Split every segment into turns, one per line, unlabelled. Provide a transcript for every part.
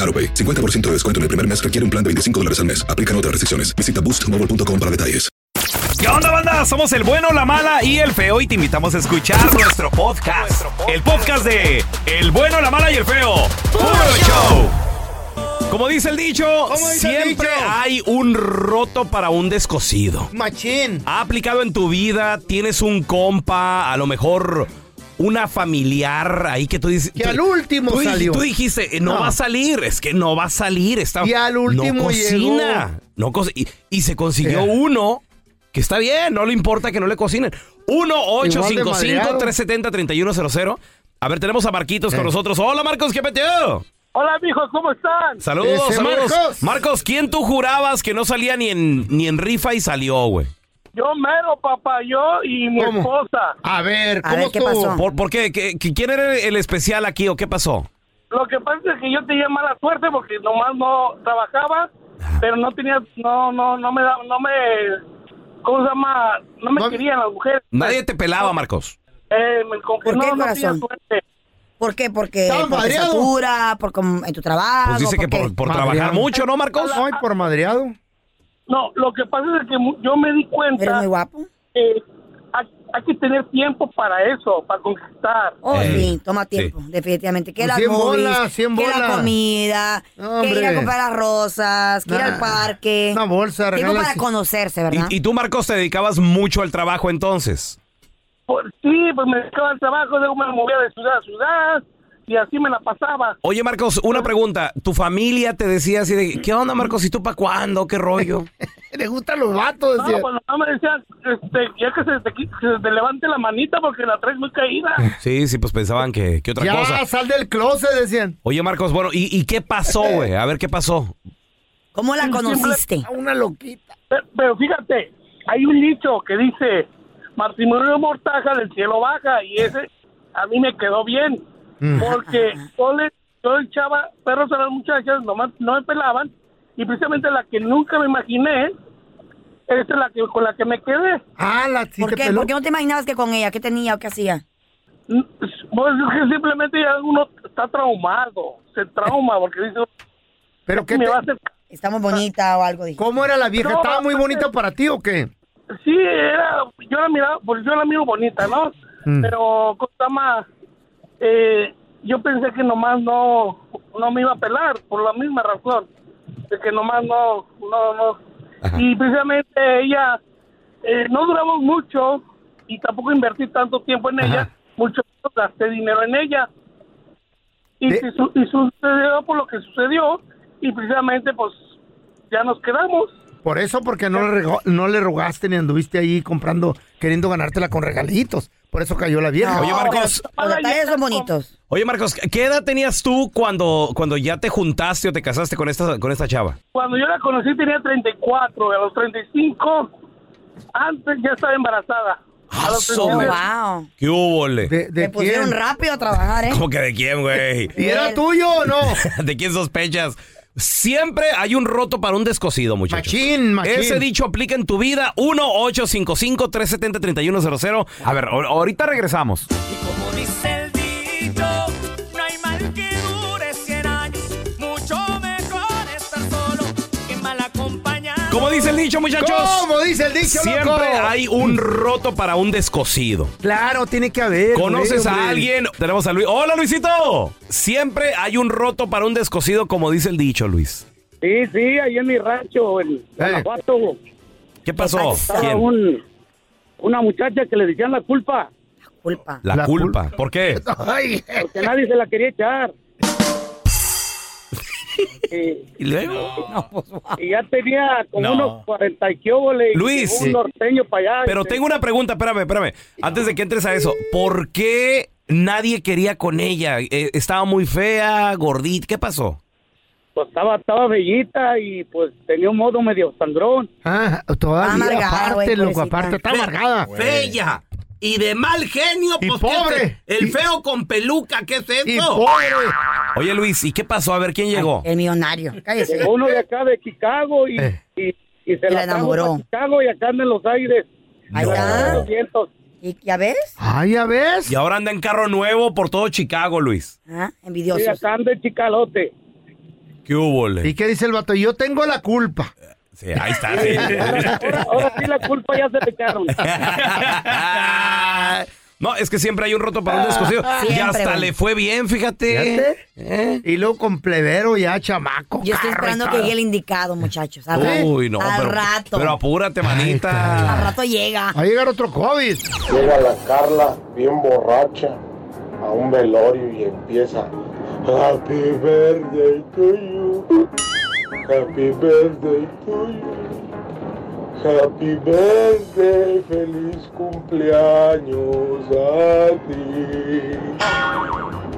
AroPay. 50% de descuento en el primer mes requiere un plan de 25 dólares al mes. Aplican otras restricciones. Visita boostmobile.com para detalles.
¿Qué onda, banda? Somos el bueno, la mala y el feo y te invitamos a escuchar nuestro podcast. El podcast de El bueno, la mala y el feo. ¡Puro show! Como dice el dicho,
¿Cómo dice el
siempre
dicho?
hay un roto para un descosido.
Machín.
¿Ha aplicado en tu vida? ¿Tienes un compa? A lo mejor una familiar ahí que tú dices...
Que al último
tú, dij-
salió.
Tú dijiste, eh, no,
No.
va a salir, es que no va a salir. Está,
Y al último
no cocina.
llegó.
No co- y, y se consiguió
Yeah.
uno que está bien, no le importa que no le cocinen. 1-855-370-3100. A ver, tenemos a Marquitos
Eh.
con nosotros. Hola, Marcos, ¿qué peteo?
Hola, mijos, ¿cómo están?
Saludos,
Ese
Marcos.
Marcos.
Marcos, ¿quién tú jurabas que no salía ni en, ni en rifa y salió, güey?
Yo mero, papá, yo y mi
¿Cómo?
esposa.
A ver,
A
¿cómo
ver, ¿qué
estuvo?
pasó?
¿Por, por qué? ¿Qué- qué- ¿Quién era el especial aquí o qué pasó?
Lo que pasa es que yo tenía mala suerte porque nomás no trabajaba, pero no tenía, no, no, no me, da- no me, ¿cómo se llama? No me
No-
querían las mujeres.
Pues,
Nadie te
oh,
pelaba, Marcos.
Eh, me- como que
¿Por qué,
no, no tenía
corazón?
suerte.
Este, ¿Por qué? Porque,
Estaba
porque
madreado.
satura, por com- en tu trabajo.
Pues dice que
porque-
por, por
Madreado.
trabajar mucho, ¿no, Marcos?
Ay, por madreado.
No, lo que pasa es que mu- yo me di
Eres
cuenta
muy guapo.
que hay, hay que tener tiempo para eso, para conquistar.
Oh,
Eh,
sí, toma tiempo, definitivamente. Que
Pues
las
cien
movies,
bolas, cien
que la
bolas.
comida,
No,
que ir a
hombre.
comprar las rosas, que ir
Nah.
al parque.
Una bolsa,
Tiempo
regalas-
para conocerse, ¿verdad?
Y, y tú, Marcos, te dedicabas mucho al trabajo entonces.
Por- sí, pues me dedicaba al trabajo, luego me movía de ciudad a ciudad y así me la pasaba.
Oye, Marcos,
Ah.
una pregunta. Tu familia te decía así de, ¿qué onda, Marcos? ¿Y tú para cuándo? ¿Qué rollo?
Le gustan los vatos.
No,
decía.
cuando no me decían, este, ya que se te, qui- se te levante la manita porque la traes muy caída.
Sí, sí, pues pensaban que, que otra
ya,
cosa.
sal del closet, decían.
Oye, Marcos, bueno, ¿y, y qué pasó, güey? A ver, ¿qué pasó?
¿Cómo la conociste?
A una loquita.
Pero, pero fíjate, hay un dicho que dice, matrimonio mortaja del cielo baja, y ese a mí me quedó bien,
Mm.
porque yo le, yo le echaba perros a las muchachas, nomás no me pelaban, y precisamente la que nunca me imaginé, esa es la que, con la que me quedé.
Ah, la sí
¿Por
te
qué?
peló.
¿Por qué no te imaginabas que con ella? ¿Qué tenía o qué hacía?
Mm, Pues es que simplemente ya uno está traumado, se trauma, porque dice,
Pero qué
me
te-
va a hacer
¿Estamos bonita Ah, o algo? Dije.
¿Cómo era la vieja?
No, pues,
¿Estaba muy
aparte-
bonita para ti o qué?
Sí, era, yo la miraba, pues yo la miro bonita, ¿no?
Mm.
Pero, Costama, eh, yo pensé que nomás no, no me iba a pelar, por la misma razón, de que nomás no, no, no. Y precisamente ella, eh, no duramos mucho y tampoco invertí tanto tiempo en ella,
Ajá.
mucho menos gasté dinero en ella. Y,
De-
si su- y sucedió por lo que sucedió y precisamente pues ya nos quedamos.
Por eso, porque no le, rego- no le rogaste ni anduviste ahí comprando, queriendo ganártela con regalitos. Por eso cayó la vieja.
No,
Oye, Marcos.
pero Los detalles son bonitos.
Oye, Marcos, ¿qué edad tenías tú cuando, cuando ya te juntaste o te casaste con esta, con esta chava?
Cuando yo la conocí tenía 34, a los 35 antes ya estaba embarazada. A los
Aso,
Oh,
39.
güey.
wow.
¿Qué hubo, le?
¿De, de
Te pusieron
quién?
rápido a trabajar, ¿eh?
¿Cómo que de quién, güey?
¿Y era tuyo o no?
¿De quién sospechas? Siempre hay un roto para un descosido, muchachos.
Machín, machín.
Ese dicho aplica en tu vida. 1-855-370-3100. A ver, ahor- ahorita regresamos.
Como dice el dicho, no hay mal que dure 100 años. Mucho mejor estar solo que mal acompañado.
Como dice el dicho, muchachos.
¿Cómo dice el dicho,
Siempre
loco?
hay un roto para un descosido.
Claro, tiene que haber.
¿Conoces
hombre,
a
hombre.
alguien? Tenemos a Luis. ¡Hola, Luisito! Siempre hay un roto para un descosido, como dice el dicho, Luis.
Sí, sí, ahí en mi rancho, en Guanajuato,
¿Qué pasó?
pasó?
¿Quién?
estaba un, una muchacha que le decían la culpa,
Culpa.
La,
La
culpa. ¿Por qué?
Ay,
porque nadie se la quería echar. y,
Y luego-
pues,
y ya tenía como
No.
unos 40 y qué óvole, y
Luis,
llegó un norteño para allá.
Pero
y se-
tengo una pregunta, espérame, espérame. Antes de que entres a eso, ¿por qué nadie quería con ella? Eh, estaba muy fea, gordita. ¿Qué pasó?
Pues estaba, estaba bellita y pues tenía un modo medio sangrón.
Ah, todavía.
Amargada,
aparte,
güey,
loco,
pobrecita.
aparte, está amargada.
Fea y de mal genio.
Y pues, ¿qué pobre. es el- el Y-
feo con peluca, ¿qué es
Y pobre.
Oye, Luis, ¿y qué pasó? A ver, ¿quién llegó?
El millonario. Cállese.
Llegó uno de acá de Chicago y,
Eh.
y, y se
Y
la
la
trajo
enamoró.
pa' Chicago y acá anda en Los Aires.
Ahí
Se la trajo
está.
en los vientos.
¿Y ya ves?
Ay, ya ves.
Y ahora anda en carro nuevo por todo Chicago, Luis.
Ah,
Y
envidiosos.
acá anda en Chicalote.
¿Qué hubo,
¿Y qué dice el vato? Yo tengo la culpa.
Sí, ahí está. sí.
Ahora, ahora sí la culpa ya se le echaron.
No, es que siempre hay un roto para un descosido. y
Ah, Siempre,
hasta
güey.
le fue bien, fíjate.
Fíjate. ¿Eh? Y luego con plebero ya, chamaco.
Yo estoy
carro y
esperando que
todo.
llegue el indicado, muchachos. Al, rato.
Uy, no,
al
pero,
rato.
pero apúrate, manita.
al rato llega.
Va a llegar otro COVID.
Llega la Carla bien borracha a un velorio y empieza Happy birthday to you Happy birthday to you Happy birthday, feliz cumpleaños a ti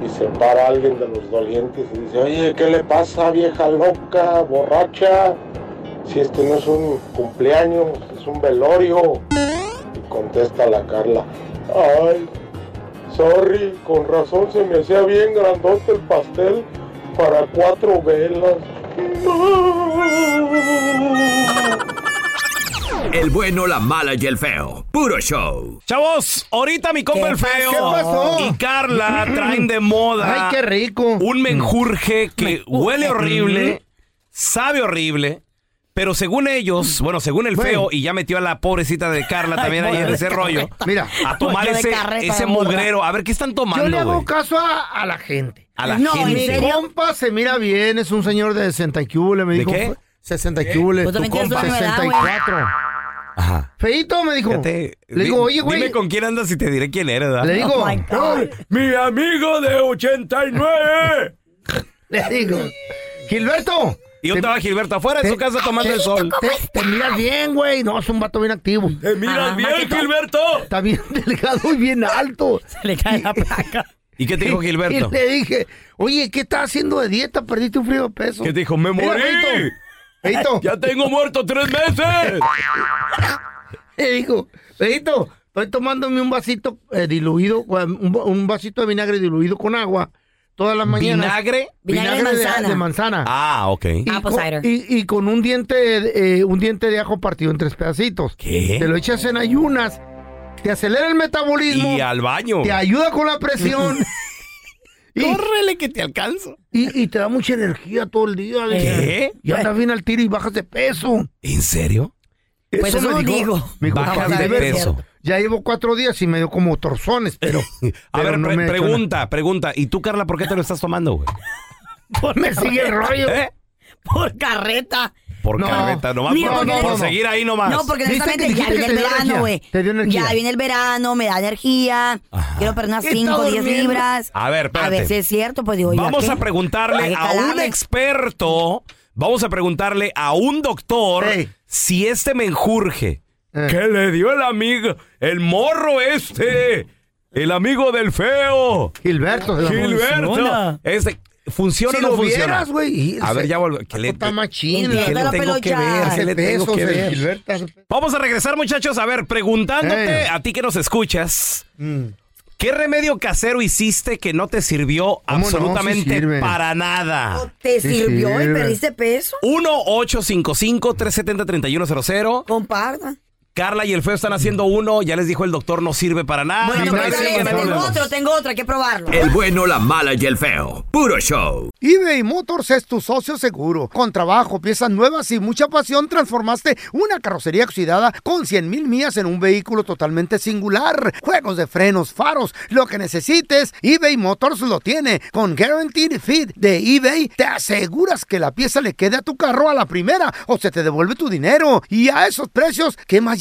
Y se para alguien de los dolientes y dice Oye, ¿qué le pasa vieja loca, borracha? Si este no es un cumpleaños, es un velorio y contesta la Carla. Ay, sorry, con razón se me hacía bien grandote el pastel para cuatro velas.
El bueno, la mala y el feo. Puro show.
Chavos, ahorita mi compa
¿Qué
el feo
¿Qué pasó?
y Carla traen de moda
Ay, qué rico.
un
Mm.
menjurje que huele horrible, sabe horrible, pero según ellos, bueno, según el
Bueno.
feo, y ya metió a la pobrecita de Carla también ahí en ese rollo,
Mira.
a tomar
Yo de
ese,
carreta,
ese
gorda.
mugrero. A ver, ¿qué están
Yo le
tomando,
hago
güey?
caso a, a la gente.
A la
No, en
gente.
serio.
Compa, se mira bien, es un señor de 60 y cúbule, me
¿De
dijo.
qué?
60 y cúbule.
Pues también
Tu
tienes
compa,
tu misma edad,
64.
Ajá.
Feito, me dijo.
Fíjate,
le
di-
digo, oye, güey.
Dime con quién andas y te diré quién eres, ¿verdad?
Le digo,
Oh my God.
Mi amigo de 89.
le digo, Gilberto,
y yo estaba Gilberto afuera de su casa tomando el sol.
Ah, te, te miras bien, güey. No, es un vato bien activo.
Te miras
Ah, más que
bien,
todo.
Gilberto.
Está bien delgado y bien alto.
Le cae la placa.
¿Y qué te dijo Gilberto?
Y le dije, oye, ¿qué estás haciendo de dieta? Perdiste un frío de peso.
¿Qué te dijo? ¡Me
Mira,
morí!
Feito, Feito,
¡Ya tengo muerto tres meses!
le digo, Feito, estoy tomándome un vasito eh, diluido, un, va- un vasito de vinagre diluido con agua todas las mañanas.
¿Vinagre?
Vinagre de manzana. pues
De, manzana.
Ah, ok.
Y,
Apple
con,
cider.
y- y con un diente, eh, un diente de ajo partido en tres pedacitos.
¿Qué?
Te lo echas en ayunas, te acelera el metabolismo,
Y al baño.
te ayuda con la presión. y,
¡Córrele que te alcanzo!
y- y te da mucha energía todo el día.
¿Qué?
Y andas bien al tiro y bajas de peso.
¿En serio?
Pues eso
me dijo-
digo.
me dijo,
Bajas
"Carla,
de
ver,
peso".
Ya llevo cuatro días y me dio como torzones, pero.
A
pero
ver,
no
pre-
me he hecho
pregunta, pregunta. ¿Y tú, Carla, por qué te lo estás tomando, güey?
nada. Me sigue el rollo.
¿Eh?
Por carreta.
Por
No.
carreta, nomás
Mira,
por,
porque
por
no-
seguir ahí nomás.
No, porque
¿Viste que
honestamente ya
dijiste
viene
que
el
te dio
verano,
energía?
güey.
Te dio energía.
Ya viene el verano, me da energía. Quiero perder unas 5 o 10
durmiendo.
libras.
A ver,
A
espérate.
ver si es cierto, pues digo yo.
Vamos
¿qué?
a
Hay
preguntarle
que
a un
calarle.
experto, vamos a preguntarle a un doctor
Ey.
si este menjurje
Eh.
que le dio el amigo, el morro este, el amigo del feo,
Gilberto, se llama.
Gilberto, este,
Si
¿funciona o no
lo
funciona?
vieras, güey.
a ver, ya volvemos. ¿Qué le,
Está
qué
machín.
le
Entiendo la
tengo que ver?
pelocha.
¿Qué le
Hace
tengo
pesos
que
el
ver?
Gilberto. hace pesos.
Vamos a regresar, muchachos, a ver, preguntándote
Ey. Mm.
a ti que nos escuchas, ¿Qué remedio casero hiciste que no te sirvió
no? Sí
absolutamente
sirve.
para nada?
¿Te sirvió y perdiste peso?
1-855-370-3100.
Comparta.
Carla y el feo están haciendo uno. Ya les dijo el doctor, no sirve para nada.
Bueno,
Para
pero
que
tengo,
sigan
tengo
hablando.
otro, tengo otro, hay que probarlo.
El bueno, la mala y el feo. Puro show.
eBay Motors es tu socio seguro. Con trabajo, piezas nuevas y mucha pasión, transformaste una carrocería oxidada con 100 mil millas en un vehículo totalmente singular. Juegos de frenos, faros, lo que necesites, eBay Motors lo tiene. Con Guaranteed Fit de eBay, te aseguras que la pieza le quede a tu carro a la primera o se te devuelve tu dinero. Y a esos precios, ¿qué más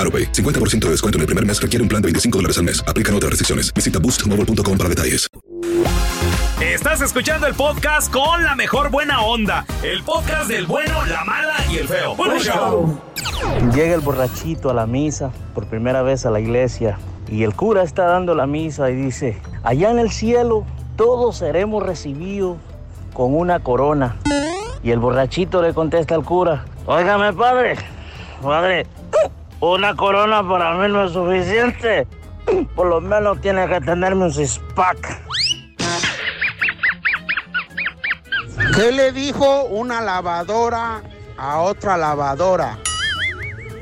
AroPay. 50% de descuento en el primer mes requiere un plan de 25 dólares al mes. Aplican otras restricciones. Visita boostmobile.com para detalles.
Estás escuchando el podcast con la mejor buena onda. El podcast del bueno, la mala y el feo. Puro show.
Llega el borrachito a la misa por primera vez a la iglesia y el cura está dando la misa y dice, allá en el cielo todos seremos recibidos con una corona. Y el borrachito le contesta al cura, óigame padre, padre, una corona para mí no es suficiente. Por lo menos tiene que tenerme un six-pack.
¿Qué le dijo una lavadora a otra lavadora?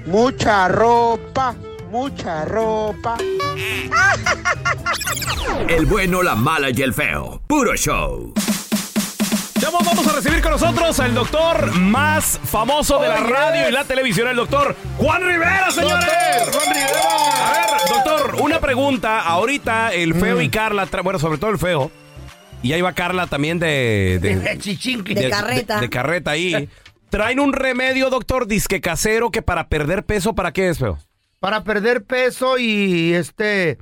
Mucha ropa, mucha ropa.
El bueno, la mala y el feo. Puro show.
Chamos, vamos a recibir con nosotros al doctor más famoso de la radio y la televisión, el doctor Juan Rivera, señores. Juan Rivera. A ver, doctor, una pregunta. Ahorita el feo
Mm.
y Carla, tra- bueno, sobre todo el feo. Y ahí va Carla también de... De,
Chichinqui. De carreta.
De, de carreta ahí. Traen un remedio, doctor, disque casero, que para perder peso, ¿para qué es, feo?
Para perder peso y este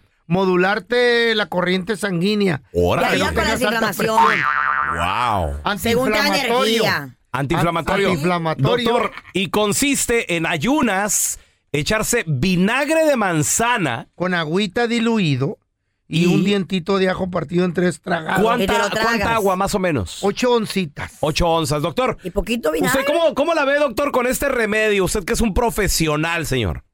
modularte la corriente sanguínea.
Órale.
Que no
Ayuda con
tengas
la
tanta
inflamación.
presión.
¡Wow!
Según da
Antiinflamatorio.
energía.
Antiinflamatorio.
Antiinflamatorio.
Doctor, y consiste en ayunas echarse vinagre de manzana.
Con agüita diluido y, un dientito de ajo partido en tres tragadas.
Ah, ¿Cuánta, cuánta agua más o menos?
Ocho oncitas.
Ocho onzas, doctor.
Y poquito vinagre.
¿Usted cómo, cómo la ve, doctor, con este remedio? Usted que es un profesional, señor.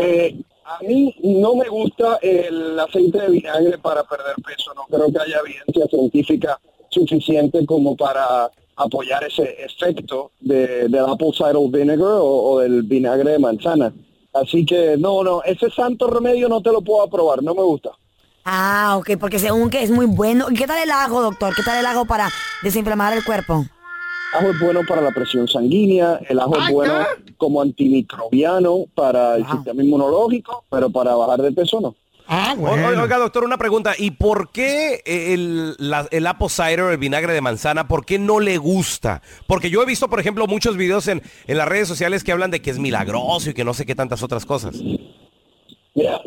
Eh, a mí no me gusta el aceite de vinagre para perder peso. No creo que haya evidencia científica suficiente como para apoyar ese efecto de, del apple cider vinegar o, o del vinagre de manzana. Así que no, no, ese santo remedio no te lo puedo aprobar, no me gusta.
Ah, ok, porque según que es muy bueno. ¿Y qué tal el ajo, doctor? ¿Qué tal el ajo para desinflamar el cuerpo?
ajo es bueno para la presión sanguínea, el ajo es bueno como antimicrobiano para el sistema inmunológico, pero para bajar de peso no.
Ah,
Oiga, doctor, una pregunta. ¿Y por qué eh, el, la- el apple cider, el vinagre de manzana, por qué no le gusta? Porque yo he visto, por ejemplo, muchos videos en, en las redes sociales que hablan de que es milagroso y que no sé qué tantas otras cosas.
Mira,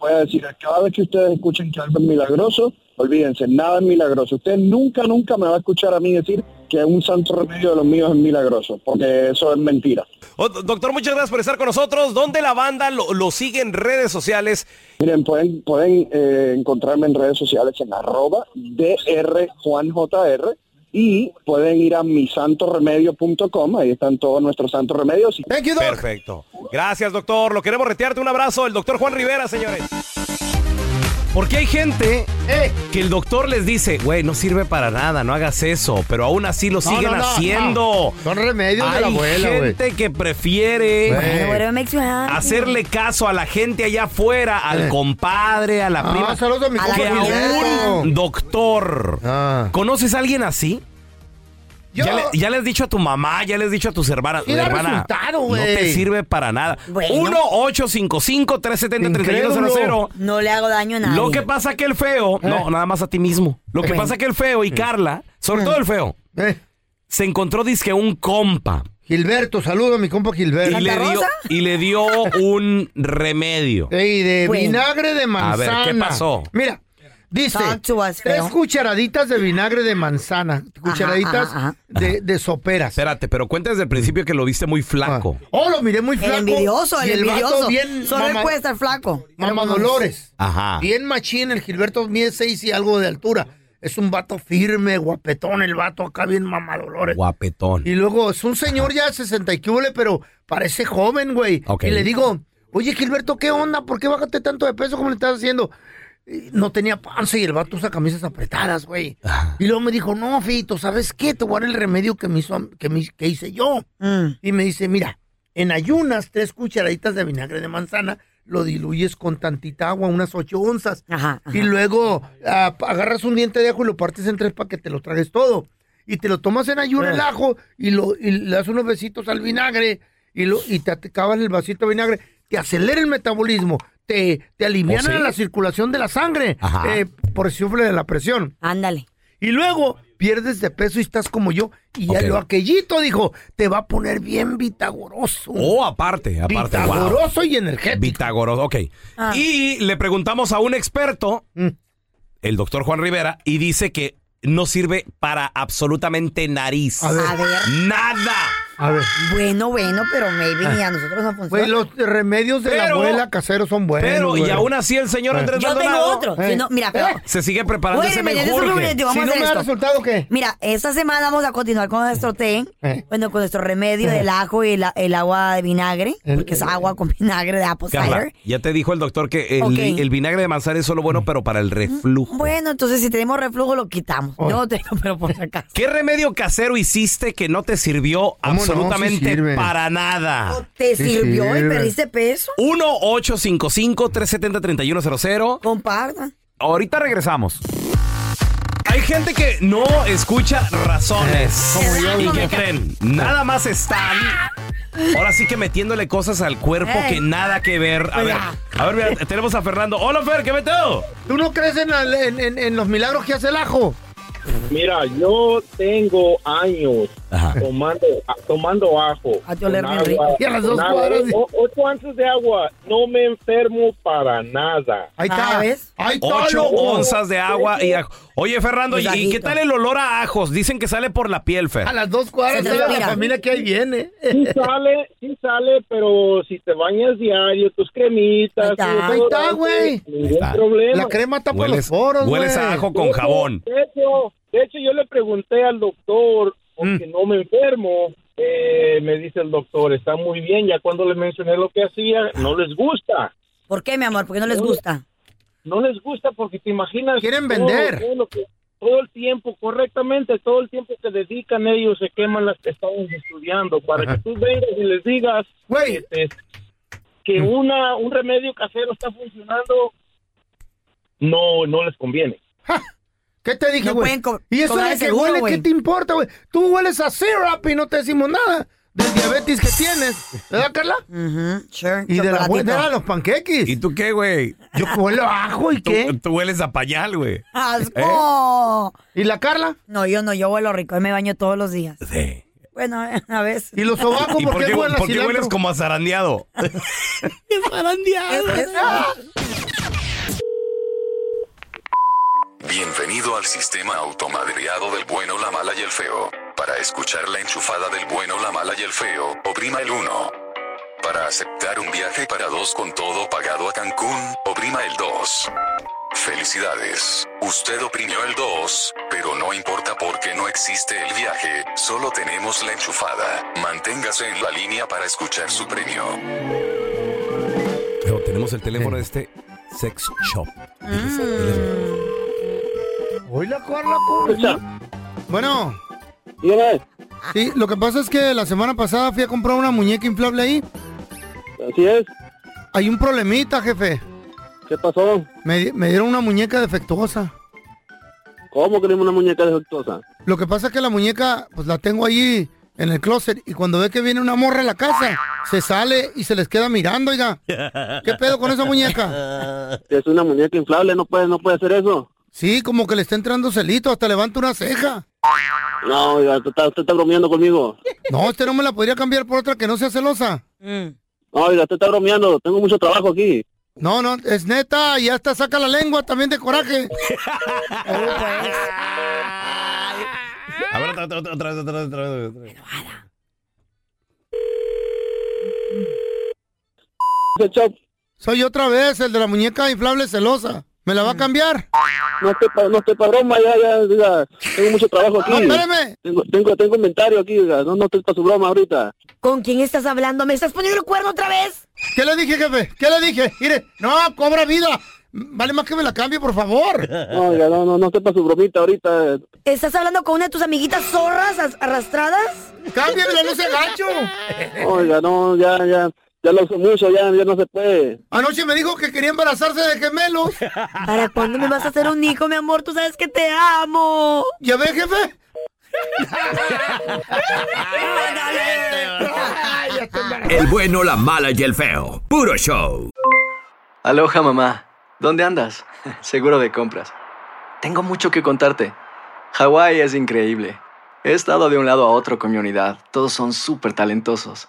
voy a decir, cada vez que ustedes escuchen que algo es milagroso, olvídense, nada es milagroso. Usted nunca, nunca me va a escuchar a mí decir que un santo remedio de los míos es milagroso, porque eso es mentira.
Oh, do- doctor, muchas gracias por estar con nosotros. ¿Dónde la banda lo, lo sigue en redes sociales?
Miren, pueden, pueden eh, encontrarme en redes sociales en arroba drjuanjr y pueden ir a misantoremedio.com, ahí están todos nuestros santos remedios.
Perfecto. Gracias, doctor. Lo queremos retearte. Un abrazo. El doctor Juan Rivera, señores. Porque hay gente que el doctor les dice, güey, no sirve para nada, no hagas eso, pero aún así lo
No,
siguen
no, no,
haciendo.
no. Son remedios de la
Hay
abuela, güey.
gente que prefiere
Bueno,
whatever makes you happy.
hacerle caso a la gente allá afuera, al
Eh.
compadre, a la
Ah,
prima.
saludos a mi
que
compa Ah.
a
Fidel.
un doctor. ¿Conoces a alguien así? Ya, le, ya le has dicho a tu mamá, ya le has dicho a tus hermanas.
Sí da
hermana,
resultado,
no
güey.
te sirve para nada.
Bueno.
1-855-370-3100.
No le hago daño a nadie.
Lo que pasa que el feo, Oh,
Eh.
no, nada más a ti mismo. Lo que
Bueno.
pasa que el feo y
Eh.
Carla, sobre todo el feo,
Eh.
se encontró dizque un compa.
Gilberto, saludo a mi compa Gilberto.
Y le, dio, y le dio un remedio.
Ey, de
Bueno.
vinagre de
A ver,
manzana.
¿qué pasó?
Mira, dice,
Talk to us,
tres
feo.
cucharaditas de vinagre de manzana, cucharaditas
ajá, ajá.
De, de soperas.
Espérate, pero cuenta desde el principio que lo viste muy flaco.
Oh, lo miré muy
El
flaco.
envidioso, el
y el vato
envidioso.
bien
Solo él
mama-
puede estar flaco.
Mamá Dolores.
Ajá.
Bien machín, el Gilberto mide seis y algo de altura. Es un vato firme, guapetón, el vato acá bien mamá Dolores.
Guapetón.
Y luego es un señor ya 60 y cúbole, pero parece joven, güey.
Ok.
Y le digo, oye, Gilberto, ¿qué onda? ¿Por qué bajaste tanto de peso como le estás haciendo? Y No tenía panza y el vato usa camisas apretadas, güey. Y luego me dijo, no, Fito, ¿sabes qué? Te voy a dar el remedio que, me hizo, que, me- que hice yo. Y me dice, mira, en ayunas, tres cucharaditas de vinagre de manzana, lo diluyes con tantita agua, unas ocho onzas. Y luego ah, agarras un diente de ajo y lo partes en tres para que te lo tragues todo. Y te lo tomas en ayunas
Eh.
el ajo y, lo, y le das unos besitos al vinagre y, lo, y te acabas el vasito de vinagre. Te acelera el metabolismo, te, te aliviana
¿Oh, sí?
la circulación de la sangre
Ajá.
eh, por si sufre de la presión.
Ándale.
Y luego pierdes de peso y estás como yo. Y ya
Ok.
lo aquellito dijo, te va a poner bien vitagoroso.
Oh, aparte, aparte. wow.
vitagoroso y energético.
Pitagoroso, ok.
Ah. Mm.
Y le preguntamos a un experto, el doctor Juan Rivera, y dice que no sirve para absolutamente nariz.
A ver. A ver.
Nada.
A ver.
Bueno, bueno, pero maybe
Ah.
a nosotros no funciona.
Güey, los remedios de la
Pero-
abuela caseros son buenos.
Pero, y
güey.
aún así el señor
Eh.
Andrés
Yo tengo
Maldonado
otro. Si no- mira, pero-
se sigue preparando
Wait
ese
a minute, this is what we're gonna
menjurje.
do. Vamos a hacer esto.
¿qué?
Mira, esta semana vamos a continuar con nuestro té.
Eh.
Bueno, con nuestro
Eh.
remedio del ajo y la- el agua de vinagre. Porque es agua con vinagre de apple
Carla,
cider.
ya te dijo el doctor que el,
Pues, Ok.
el vinagre de manzana es solo
Mm.
bueno, pero para el reflujo.
Bueno, entonces si tenemos reflujo lo quitamos.
Oh.
No tengo, pero por si acaso.
¿Qué remedio casero hiciste que no te sirvió
no? Sí
absolutamente
sirve.
para nada?
¿Te
Sí
sirvió y
sirve.
perdiste peso?
1-855-370-3100.
Comparta.
Ahorita regresamos. Hay gente que no escucha razones.
Como yo,
¿Y
como
qué
yo.
creen? Nada más están. Ahora sí que metiéndole cosas al cuerpo
Ey.
que nada que ver. A ver, a ver, mira, tenemos a Fernando. Hola, Fer, ¿qué meteo?
¿Tú no crees en, al- en- en- en los milagros que hace el ajo?
Mira, yo tengo años tomando a- tomando ajo.
yo le
con
bien rico. Y a las dos
con
cuadras.
O- Ocho antes de agua. No me enfermo para nada.
Ahí
Ah,
está. Ahí está,
Ocho
loco.
onzas de agua y ajo. Oye, Fernando, ¿y- ¿y
Mensajito.
qué tal el olor a ajos? Dicen que sale por la piel, Fer.
A las dos cuadras
Se
de la
respira.
familia que ahí viene.
Sí sale, sí sale, pero si te bañas diario, tus cremitas. tu
Ahí está,
desodorante,
güey.
Ningún problema.
La crema tapa los
Hueles-
poros,
hueles
güey.
a ajo con
De hecho-
jabón.
De hecho, de hecho, yo le pregunté al doctor,
Mm.
porque no me enfermo, eh, me dice el doctor, está muy bien, ya cuando le mencioné lo que hacía, no les gusta.
¿Por qué, mi amor? ¿Por qué no les
Oye.
gusta?
No les gusta porque te imaginas...
Quieren
todo-
vender.
Todo, lo que- todo el tiempo, correctamente, todo el tiempo que dedican ellos se queman las que estamos estudiando, para que tú vengas y les digas que, te- que
Mm.
una, un remedio casero está funcionando, no, no les conviene.
¿Qué te dije,
No
güey?
pueden co-
y eso
cobrar
de
el
que
seguro,
huele,
güey.
¿qué te importa, güey? Tú hueles a syrup y no te decimos nada del diabetes que tienes. ¿Verdad, Carla? Y de la
chocolatito.
buena, los panqueques.
¿Y tú qué, güey?
Yo huelo a ajo y
Tú-
qué.
Tú, hueles a pañal, güey.
¡Asco!
Eh. ¿Y la Carla?
No, yo no, yo huelo rico, yo me baño todos los días.
Sí.
Bueno, a veces.
¿Y los sobacos
¿Y por qué, hue- por qué hueles como a zarandeado?
Bienvenido al sistema automadreado del bueno, la mala y el feo. Para escuchar la enchufada del bueno, la mala y el feo, oprima el 1. Para aceptar un viaje para dos con todo pagado a Cancún, oprima el 2. Felicidades, usted oprimió el 2, pero no importa porque no existe el viaje, solo tenemos la enchufada. Manténgase en la línea para escuchar su premio.
Eh. Pero tenemos el teléfono de este sex shop.
Hola, Carla, Escucha. Bueno. Sí, lo que pasa es que la semana pasada fui a comprar una muñeca inflable ahí.
Así es.
Hay un problemita, jefe.
¿Qué pasó?
Me, di- me dieron una muñeca defectuosa.
¿Cómo queremos una muñeca defectuosa?
Lo que pasa es que la muñeca, pues la tengo ahí en el closet y cuando ve que viene una morra a la casa, se sale y se les queda mirando, oiga. ¿Qué pedo con esa muñeca?
Es una muñeca inflable, no puede, no puede hacer eso.
Sí, como que le está entrando celito, hasta levanta una ceja.
No, oiga, usted está, usted está bromeando conmigo.
No, usted no me la podría cambiar por otra que no sea celosa.
No, oiga, usted está bromeando, tengo mucho trabajo aquí.
No, no, es neta, y hasta saca la lengua también de coraje.
A ver, otra, otra, otra, otra, otra, otra, otra, otra.
Soy otra vez el de la muñeca inflable celosa. ¿Me la va a cambiar?
Mm. No estoy para no estoy pa broma, ya, ya, oiga, tengo mucho trabajo aquí.
No, espéreme.
Tengo, tengo, tengo inventario aquí, oiga, no, no estoy para su broma ahorita.
¿Con quién estás hablando? ¿Me estás poniendo el cuerno otra vez?
¿Qué le dije, jefe? ¿Qué le dije? Mire, no, cobra vida. Vale más que me la cambie, por favor.
No, oiga, no, no, no estoy para su bromita ahorita.
¿Estás hablando con una de tus amiguitas zorras as- arrastradas?
¡Cámbiamela, no se gacho!
Oiga, no, ya, ya, ya lo uso mucho, ya, ya no se puede.
Anoche me dijo que quería embarazarse de gemelos.
¿Para cuándo me vas a hacer un hijo, mi amor? Tú sabes que te amo.
¿Ya ves, jefe?
El bueno, la mala y el feo. Puro show.
Aloha mamá, ¿dónde andas? Seguro de compras. Tengo mucho que contarte. Hawái es increíble. He estado de un lado a otro con mi unidad. Todos son súper talentosos.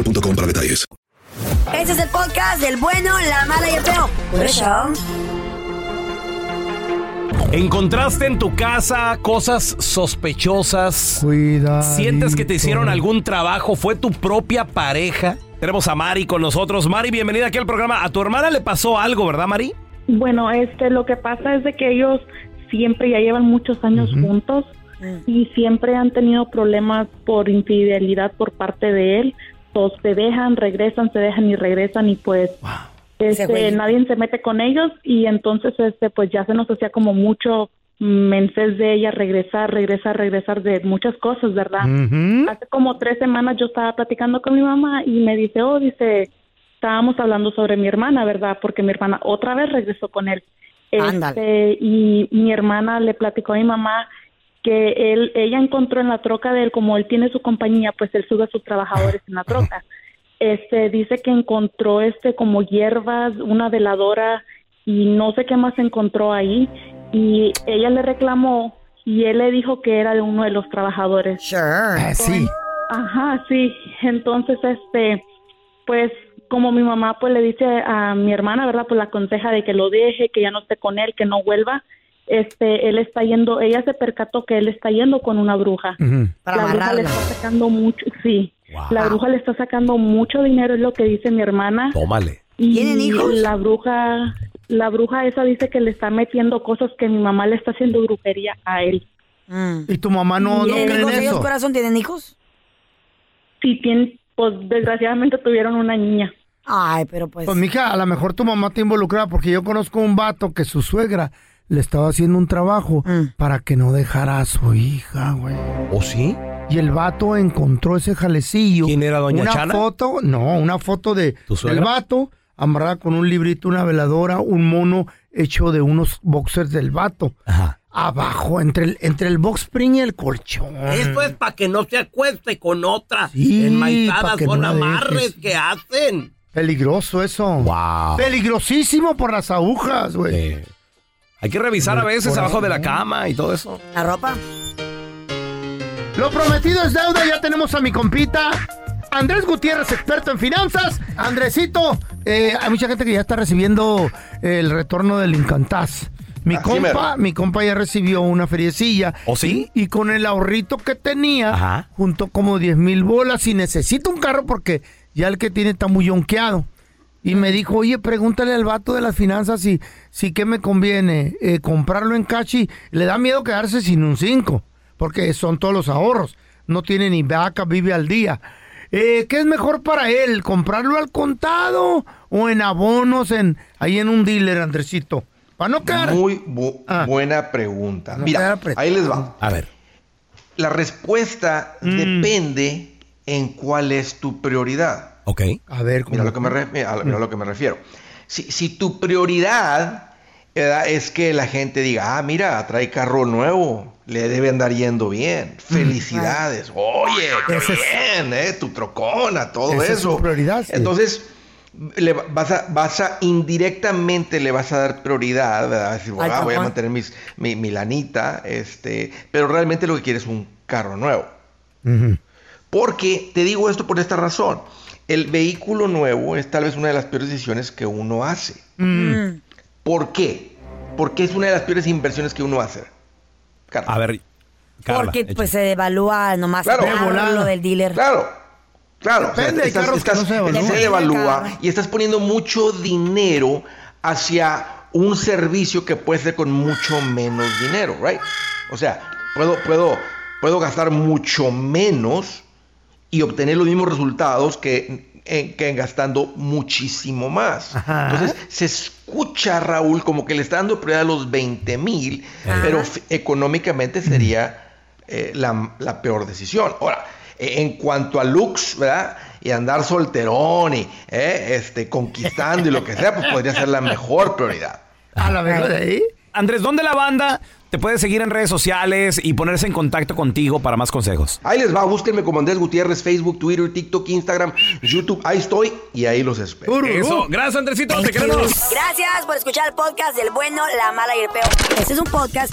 para detalles.
Este es el podcast del bueno, la mala y el feo. Por eso.
¿Encontraste en tu casa cosas sospechosas? ¿Sientes que te hicieron algún trabajo? ¿Fue tu propia pareja? Tenemos a Mari con nosotros. Mari, bienvenida aquí al programa. A tu hermana le pasó algo, ¿verdad, Mari?
Bueno, este, lo que pasa es de que ellos siempre ya llevan muchos años juntos y siempre han tenido problemas por infidelidad por parte de él. Todos se dejan, regresan, se dejan y regresan y pues este,
Ese güey.
nadie se mete con ellos y entonces este, pues ya se nos hacía como mucho menses de ella regresar, regresar, regresar de muchas cosas, ¿verdad?
Ujú.
Hace como tres semanas yo estaba platicando con mi mamá y me dice, oh, dice, estábamos hablando sobre mi hermana, ¿verdad? Porque mi hermana otra vez regresó con él.
Ándale.
Este, y mi hermana le platicó a mi mamá que él, ella encontró en la troca de él, como él tiene su compañía, pues él sube a sus trabajadores en la troca. Este, dice que encontró este como hierbas, una veladora y no sé qué más encontró ahí. Y ella le reclamó y él le dijo que era de uno de los trabajadores.
sí.
Ajá, sí. Entonces, este, pues como mi mamá pues le dice a mi hermana, ¿verdad? Pues la aconseja de que lo deje, que ya no esté con él, que no vuelva. Este, él está yendo, ella se percató que él está yendo con una bruja.
Para
la bruja le
amarrarla.
está sacando mucho, sí. La bruja le está sacando mucho dinero, es lo que dice mi hermana.
Oh.
Tómale.
Y
¿Tienen hijos?
La bruja, la bruja esa dice que le está metiendo cosas que mi mamá le está haciendo brujería a él.
¿Y tu mamá no, no
¿Tienen
cree en
hijos ellos,
eso?
corazón? Sí, tienen, pues desgraciadamente tuvieron una niña.
Ay, pero pues.
Pues, mija, a lo mejor tu mamá te involucraba porque yo conozco un vato que su suegra le estaba haciendo un trabajo para que no dejara a su hija, güey.
¿O sí?
Y el vato encontró ese jalecillo. ¿Quién era
doña
una
Chana?
foto, no, una foto de del
suegra?
vato amarrada con un librito, una veladora, un mono hecho de unos boxers del vato. Abajo, entre el, entre el box spring y el colchón.
Eso es para que no se acueste con otras.
Sí, pa'
Enmaizadas
que
son
no la dejes.
amarres que hacen.
Peligroso eso. Wow. Peligrosísimo por las agujas, güey.
Hay que revisar a veces
Por
abajo
ahí,
de la
¿no?
cama y todo eso.
¿La ropa?
Lo prometido es deuda, ya tenemos a mi compita. Andrés Gutiérrez, experto en finanzas. Andresito, eh, hay mucha gente que ya está recibiendo el retorno del Incantaz. Mi
Así
compa,
mero.
mi compa ya recibió una feriecilla. ¿O sí? Y, y con el ahorrito que tenía, junto como 10 mil bolas y necesito un carro porque ya el que tiene está muy yonqueado. Y me dijo, oye, pregúntale al vato de las finanzas si, si qué me conviene eh, comprarlo en cachi. Le da miedo quedarse sin un 5, porque son todos los ahorros. No tiene ni vaca, vive al día. Eh, ¿Qué es mejor para él? ¿Comprarlo al contado o en abonos, en ahí en un dealer, Andresito? Para no quedar...
Muy bu- buena pregunta.
Ah. No quedar
Mira,
apretado.
ahí les va.
A ver.
La respuesta
Mm.
depende en cuál es tu prioridad.
Ok.
A ver,
Mira lo que me, re- mira,
Mm.
mira lo que me refiero. Si, si tu prioridad ¿verdad? es que la gente diga, ah, mira, trae carro nuevo, le debe andar yendo bien,
Mm.
felicidades, oye, qué bien, eh, tu trocona, todo
Esa es
eso.
su prioridad, sí.
Entonces, le va- vas, a, vas a, indirectamente le vas a dar prioridad, ¿verdad? Vas a decir,
Al
"Ah, voy a
cajón.
mantener mis, mi, mi lanita, este, pero realmente lo que quieres es un carro nuevo. Porque te digo esto por esta razón. El vehículo nuevo es tal vez una de las peores decisiones que uno hace.
Mm.
¿Por qué? Porque es una de las peores inversiones que uno hace. A
ver,
Porque pues se devalúa nomás
Claro.
el carro,
Devolada.
lo del dealer.
Claro. Claro, o sea,
Depende, hay
estás-
carros que no
estás-
se evalúan.
se
Depende del
devalúa
carro.
y estás poniendo mucho dinero hacia un servicio que puede ser con mucho menos dinero, ¿right? O sea, puedo, puedo, puedo gastar mucho menos y obtener los mismos resultados que, en- que en gastando muchísimo más. Entonces, se escucha, Raúl, como que le está dando prioridad a los 20 mil, pero f- económicamente sería eh, la, la peor decisión. Ahora, eh, en cuanto a looks, ¿verdad? Y andar solterón y eh, este, conquistando y lo que sea, pues podría ser la mejor prioridad.
A la mejor ahí.
Andrés, ¿dónde la banda te puede seguir en redes sociales y ponerse en contacto contigo para más consejos?
Ahí les va, búsquenme como Andrés Gutiérrez, Facebook, Twitter, TikTok, Instagram, YouTube, ahí estoy y ahí los espero.
Eso, gracias Andresito, te queremos.
Gracias por escuchar el podcast del bueno, la mala y el peor. Este es un podcast